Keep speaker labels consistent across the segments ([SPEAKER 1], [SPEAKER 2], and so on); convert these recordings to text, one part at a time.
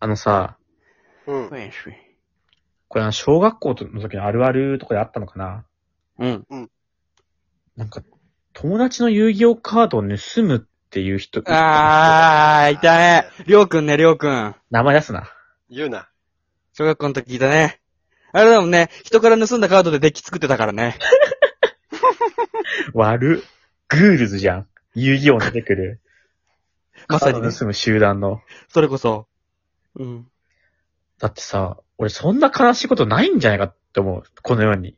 [SPEAKER 1] あのさ、
[SPEAKER 2] うん。
[SPEAKER 3] 不演水。
[SPEAKER 1] これあの小学校の時のあるあるとかであったのかな
[SPEAKER 3] うん。
[SPEAKER 1] なんか、友達の遊戯王カードを盗むっていう人、
[SPEAKER 3] あー、いたね。りょうくんね、りょうくん。
[SPEAKER 1] 名前出すな。
[SPEAKER 2] 言うな。
[SPEAKER 3] 小学校の時いたね。あれだもんね、人から盗んだカードでデッキ作ってたから ね。
[SPEAKER 1] 悪っ。グールズじゃん。遊戯王に出てくる。
[SPEAKER 3] まさに
[SPEAKER 1] カ
[SPEAKER 3] ね
[SPEAKER 1] ード盗む集団の。
[SPEAKER 3] それこそ。うん。
[SPEAKER 1] だってさ、俺そんな悲しいことないんじゃないかって思う。このように。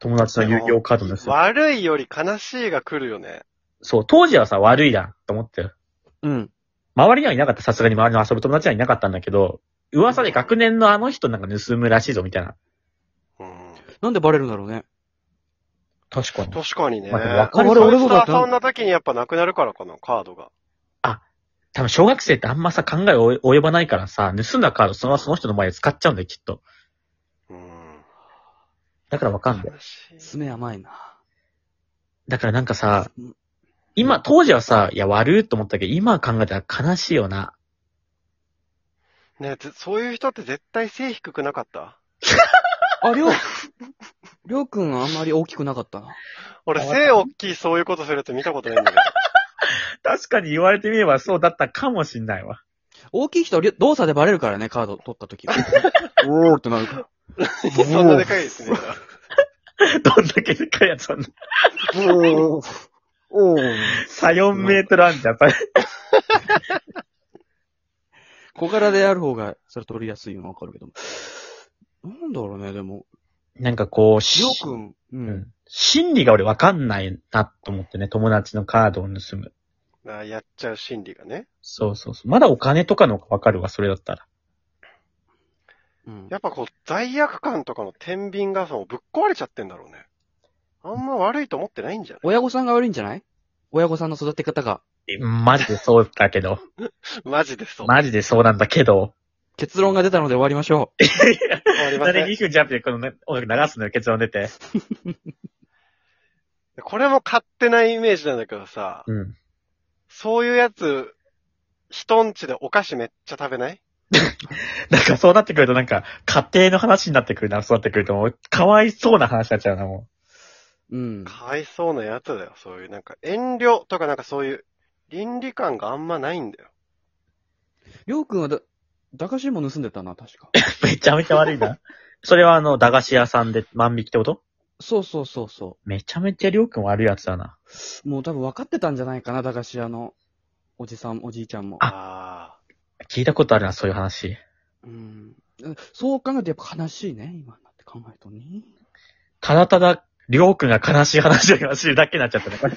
[SPEAKER 1] 友達の遊戯王カード盗む。
[SPEAKER 2] 悪いより悲しいが来るよね。
[SPEAKER 1] そう、当時はさ、悪いじゃんと思ってる。
[SPEAKER 3] うん。
[SPEAKER 1] 周りにはいなかった。さすがに周りの遊ぶ友達はいなかったんだけど、噂で学年のあの人なんか盗むらしいぞみたいな。
[SPEAKER 2] うん。
[SPEAKER 3] なんでバレるんだろうね。
[SPEAKER 1] 確かに。
[SPEAKER 2] 確かにね。
[SPEAKER 1] まあでもわか
[SPEAKER 3] る
[SPEAKER 2] 俺
[SPEAKER 3] 俺もだって
[SPEAKER 2] 遊んだ時にやっぱなくなるからかな、カードが。
[SPEAKER 1] 多分小学生ってあんまさ考えお及ばないからさ、盗んだカードそのままその人の前で使っちゃうんだよ、きっと。
[SPEAKER 2] うん。
[SPEAKER 1] だからわかんない。
[SPEAKER 2] 悲しい。
[SPEAKER 3] 爪甘いな。
[SPEAKER 1] だからなんかさ、今、当時はさ、いや、悪いと思ったけど、今考えたら悲しいよな。
[SPEAKER 2] ねぜそういう人って絶対背低くなかった
[SPEAKER 3] あ、りょう、りょうくんあんまり大きくなかったな。
[SPEAKER 2] 俺、
[SPEAKER 1] あ
[SPEAKER 2] 背大きいそういうことするやつ見たことないんだけど。
[SPEAKER 1] 確かに言われてみればそうだったかもしんないわ。
[SPEAKER 3] 大きい人はりょ動作でバレるからね、カード取った時。 おーってなる から。
[SPEAKER 2] そんなでかいですね。
[SPEAKER 1] どんだけでかいやつなんだ。
[SPEAKER 3] おー。おー。
[SPEAKER 1] さ、4メートルあんじゃん、それ。
[SPEAKER 3] 小柄である方が、それ取りやすいのはわかるけども。なんだろうね、でも。
[SPEAKER 1] なんかこう、
[SPEAKER 3] り
[SPEAKER 1] し
[SPEAKER 3] ょうくん、う。
[SPEAKER 1] うんん。心理が俺わかんないなと思ってね、友達のカードを盗む。
[SPEAKER 2] あやっちゃう心理がね。
[SPEAKER 1] そうそうそう。まだお金とかの方がわかるわ、それだったら。
[SPEAKER 3] うん
[SPEAKER 2] やっぱこう、罪悪感とかの天秤がさ、もうぶっ壊れちゃってんだろうね。あんま悪いと思ってないんじゃない
[SPEAKER 3] 親御さんが悪いんじゃない親御さんの育て方が。
[SPEAKER 1] えマジでそうだけど。
[SPEAKER 2] マジでそう。
[SPEAKER 1] マジでそうなんだけど。
[SPEAKER 3] 結論が出たので終わりましょう。
[SPEAKER 2] 終わりません
[SPEAKER 1] 誰2分ジャンプでこのね音楽流すのよ、結論出て。
[SPEAKER 2] これも勝手なイメージなんだけどさ、
[SPEAKER 1] うん。
[SPEAKER 2] そういうやつ、人んちでお菓子めっちゃ食べない
[SPEAKER 1] なんかそうなってくるとなんか、家庭の話になってくるな、そうなってくるともう、かわいそうな話になっちゃうな、も
[SPEAKER 3] うん。
[SPEAKER 2] かわいそうなやつだよ。そういう、なんか遠慮とかなんかそういう倫理観があんまないんだよ。
[SPEAKER 3] りょうくんはだ、駄菓子も盗んでたな、確か。
[SPEAKER 1] う。めちゃめちゃ悪い な。それはあの、駄菓子屋さんで万引きってこと
[SPEAKER 3] そうそうそうそ
[SPEAKER 1] めちゃめちゃりょうくん悪いやつだな。
[SPEAKER 3] う。もう多分分かってたんじゃないかな、駄菓子屋のおじさん、おじいちゃんも。
[SPEAKER 2] あ
[SPEAKER 1] 聞いたことあるな、そういう話。
[SPEAKER 3] うん。そう考えるとやっぱ悲しいね、今になって考えるとね。
[SPEAKER 1] ただただ、りょうくんが悲しい話を今知るだけになっちゃったね、これ。
[SPEAKER 2] あ。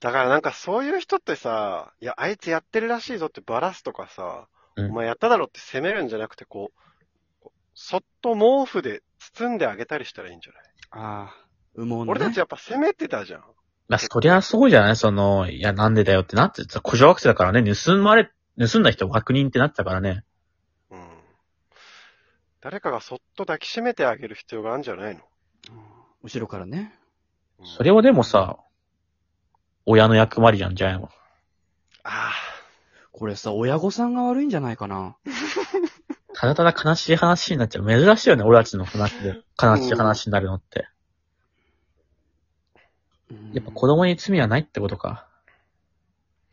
[SPEAKER 2] だからなんかそういう人ってさ、いや、あいつやってるらしいぞってバラすとかさ、
[SPEAKER 1] うん
[SPEAKER 2] お前やっただろって責めるんじゃなくて、こう、そっと毛布で包んであげたりしたらいいんじゃない、
[SPEAKER 3] ああ、羽毛の、ね。
[SPEAKER 2] 俺たちやっぱ責めてたじゃん。
[SPEAKER 1] まあ、そりゃそうじゃないその、いや、なんでだよってなって、小小学生だからね、盗まれ、盗んだ人確認ってなってたからね。
[SPEAKER 2] うん。誰かがそっと抱きしめてあげる必要があるんじゃないの、
[SPEAKER 3] うん後ろからね。
[SPEAKER 2] うん
[SPEAKER 1] それはでもさ、親の役割なんじゃないの
[SPEAKER 2] あ
[SPEAKER 3] これさ、親御さんが悪いんじゃないかな。
[SPEAKER 1] ただただ悲しい話になっちゃう。珍しいよね、俺たちの話で。悲しい話になるのって。
[SPEAKER 3] うん
[SPEAKER 1] やっぱ子供に罪はないってことか。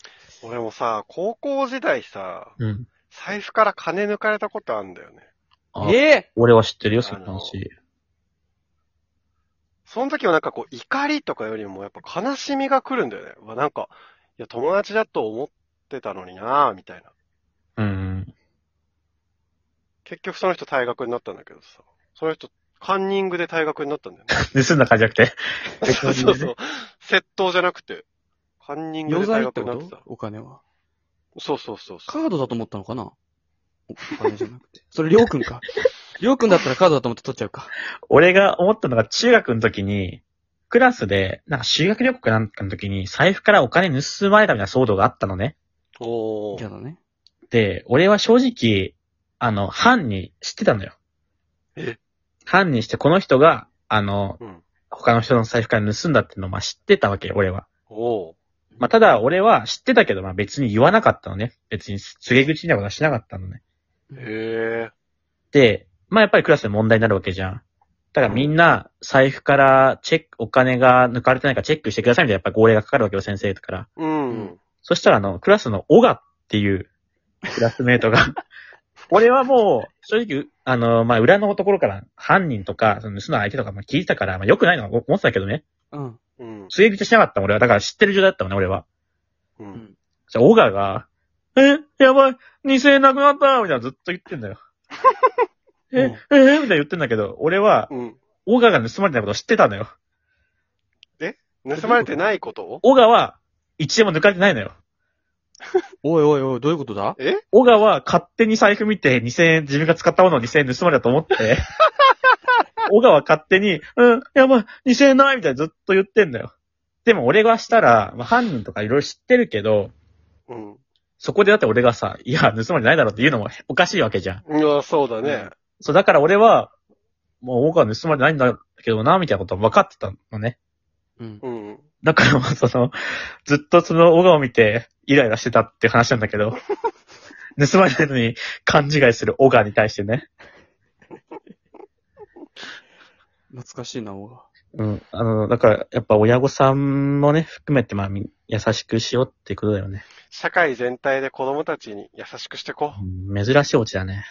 [SPEAKER 2] あ、俺もさ、高校時代さ、
[SPEAKER 1] うん。
[SPEAKER 2] 財布から金抜かれたことあるんだよね。
[SPEAKER 1] あ
[SPEAKER 3] ええ
[SPEAKER 1] 俺は知ってるよ、その話。
[SPEAKER 2] その時はなんかこう、怒りとかよりもやっぱ悲しみが来るんだよね。うわ、なんか、いや、友達だと思ってたのになぁ、みたいな。
[SPEAKER 1] うん。
[SPEAKER 2] 結局その人退学になったんだけどさ、その人、カンニングで退学になったんだよね。
[SPEAKER 1] 盗んだ感じじゃなくて。
[SPEAKER 2] そうそうそう。窃盗じゃなくて、カンニング
[SPEAKER 3] 余
[SPEAKER 2] で
[SPEAKER 3] 罪
[SPEAKER 2] 退
[SPEAKER 3] って
[SPEAKER 2] 学に
[SPEAKER 3] こ
[SPEAKER 2] なって
[SPEAKER 3] と
[SPEAKER 2] た。
[SPEAKER 3] お金は。
[SPEAKER 2] そうそうそうそう。
[SPEAKER 3] カードだと思ったのかなお金じゃなくて。それ、りょうくんか。りょうくんだったらカードだと思って取っちゃうか。
[SPEAKER 1] 俺が思ったのが中学の時に、クラスで、なんか修学旅行かなんかの時に、財布からお金盗まれたみたいな騒動があったのね。
[SPEAKER 2] お
[SPEAKER 3] 嫌
[SPEAKER 2] ー。
[SPEAKER 3] だね。
[SPEAKER 1] で、俺は正直、あの、犯に知ってたんだよ。
[SPEAKER 2] え
[SPEAKER 1] 犯にして、この人が、あの、
[SPEAKER 2] うん。
[SPEAKER 1] 他の人の財布から盗んだっていうのを、まあ、知ってたわけよ、俺は。
[SPEAKER 2] おー。
[SPEAKER 1] まあ、ただ俺は知ってたけど、まあ、別に言わなかったのね。別に告げ口にはしなかったのね。
[SPEAKER 2] へえ。
[SPEAKER 1] で、まあ、やっぱりクラスで問題になるわけじゃん。だからみんな、財布からチェック、お金が抜かれてないかチェックしてくださいみたいなやっぱ号令がかかるわけよ、先生から。
[SPEAKER 2] うん。
[SPEAKER 1] そしたらあの、クラスのオガっていうクラスメイトが、俺はもう、正直、あの、まあ、裏のところから犯人とか、その盗の相手とかも聞いてたから、まあ、良くないのは思ってたけどね。
[SPEAKER 3] うん。
[SPEAKER 2] うん。
[SPEAKER 1] 告げ口しなかったの俺は。だから知ってる状態だったのね、俺は。
[SPEAKER 2] う
[SPEAKER 3] うん
[SPEAKER 2] ん。
[SPEAKER 1] じゃあ、オガが、え、やばい、2000円なくなったみたいなのずっと言ってんだよ。え、え、みたいな言ってんだけど、俺は、
[SPEAKER 2] うん。
[SPEAKER 1] オガが盗まれてないことを知ってたのよ。
[SPEAKER 2] 盗まれてないことを
[SPEAKER 1] オガは、一円も抜かれてないのよ。
[SPEAKER 3] おいおいおい、どういうことだ
[SPEAKER 2] え
[SPEAKER 1] オガは勝手に財布見て2000円、自分が使ったものを2000円盗まれたと思って、オガは勝手に、うん、やばい、2000円ないみたいなずっと言ってんだよ。でも俺がしたら、まあ、犯人とかいろいろ知ってるけど、
[SPEAKER 2] うん。
[SPEAKER 1] そこでだって俺がさ、いや、盗まれてないだろって言うのもおかしいわけじゃん。
[SPEAKER 2] いや、そうだね。
[SPEAKER 1] そう、だから俺は、もうオガは盗まれてないんだけどな、みたいなことは分かってたのね。
[SPEAKER 3] うん。
[SPEAKER 2] うん。
[SPEAKER 1] だからもうその、ずっとそのオガを見て、イライラしてたって話なんだけ ど、盗まれてるのに勘違いするオガに対してね。
[SPEAKER 3] 懐かしいな、おが。
[SPEAKER 1] うん。あの、だから、やっぱ親御さんもね、含めて、まあ、み優しくしようっていうことだよね。
[SPEAKER 2] 社会全体で子供たちに優しくしてこう。
[SPEAKER 1] うん珍しいお家だね。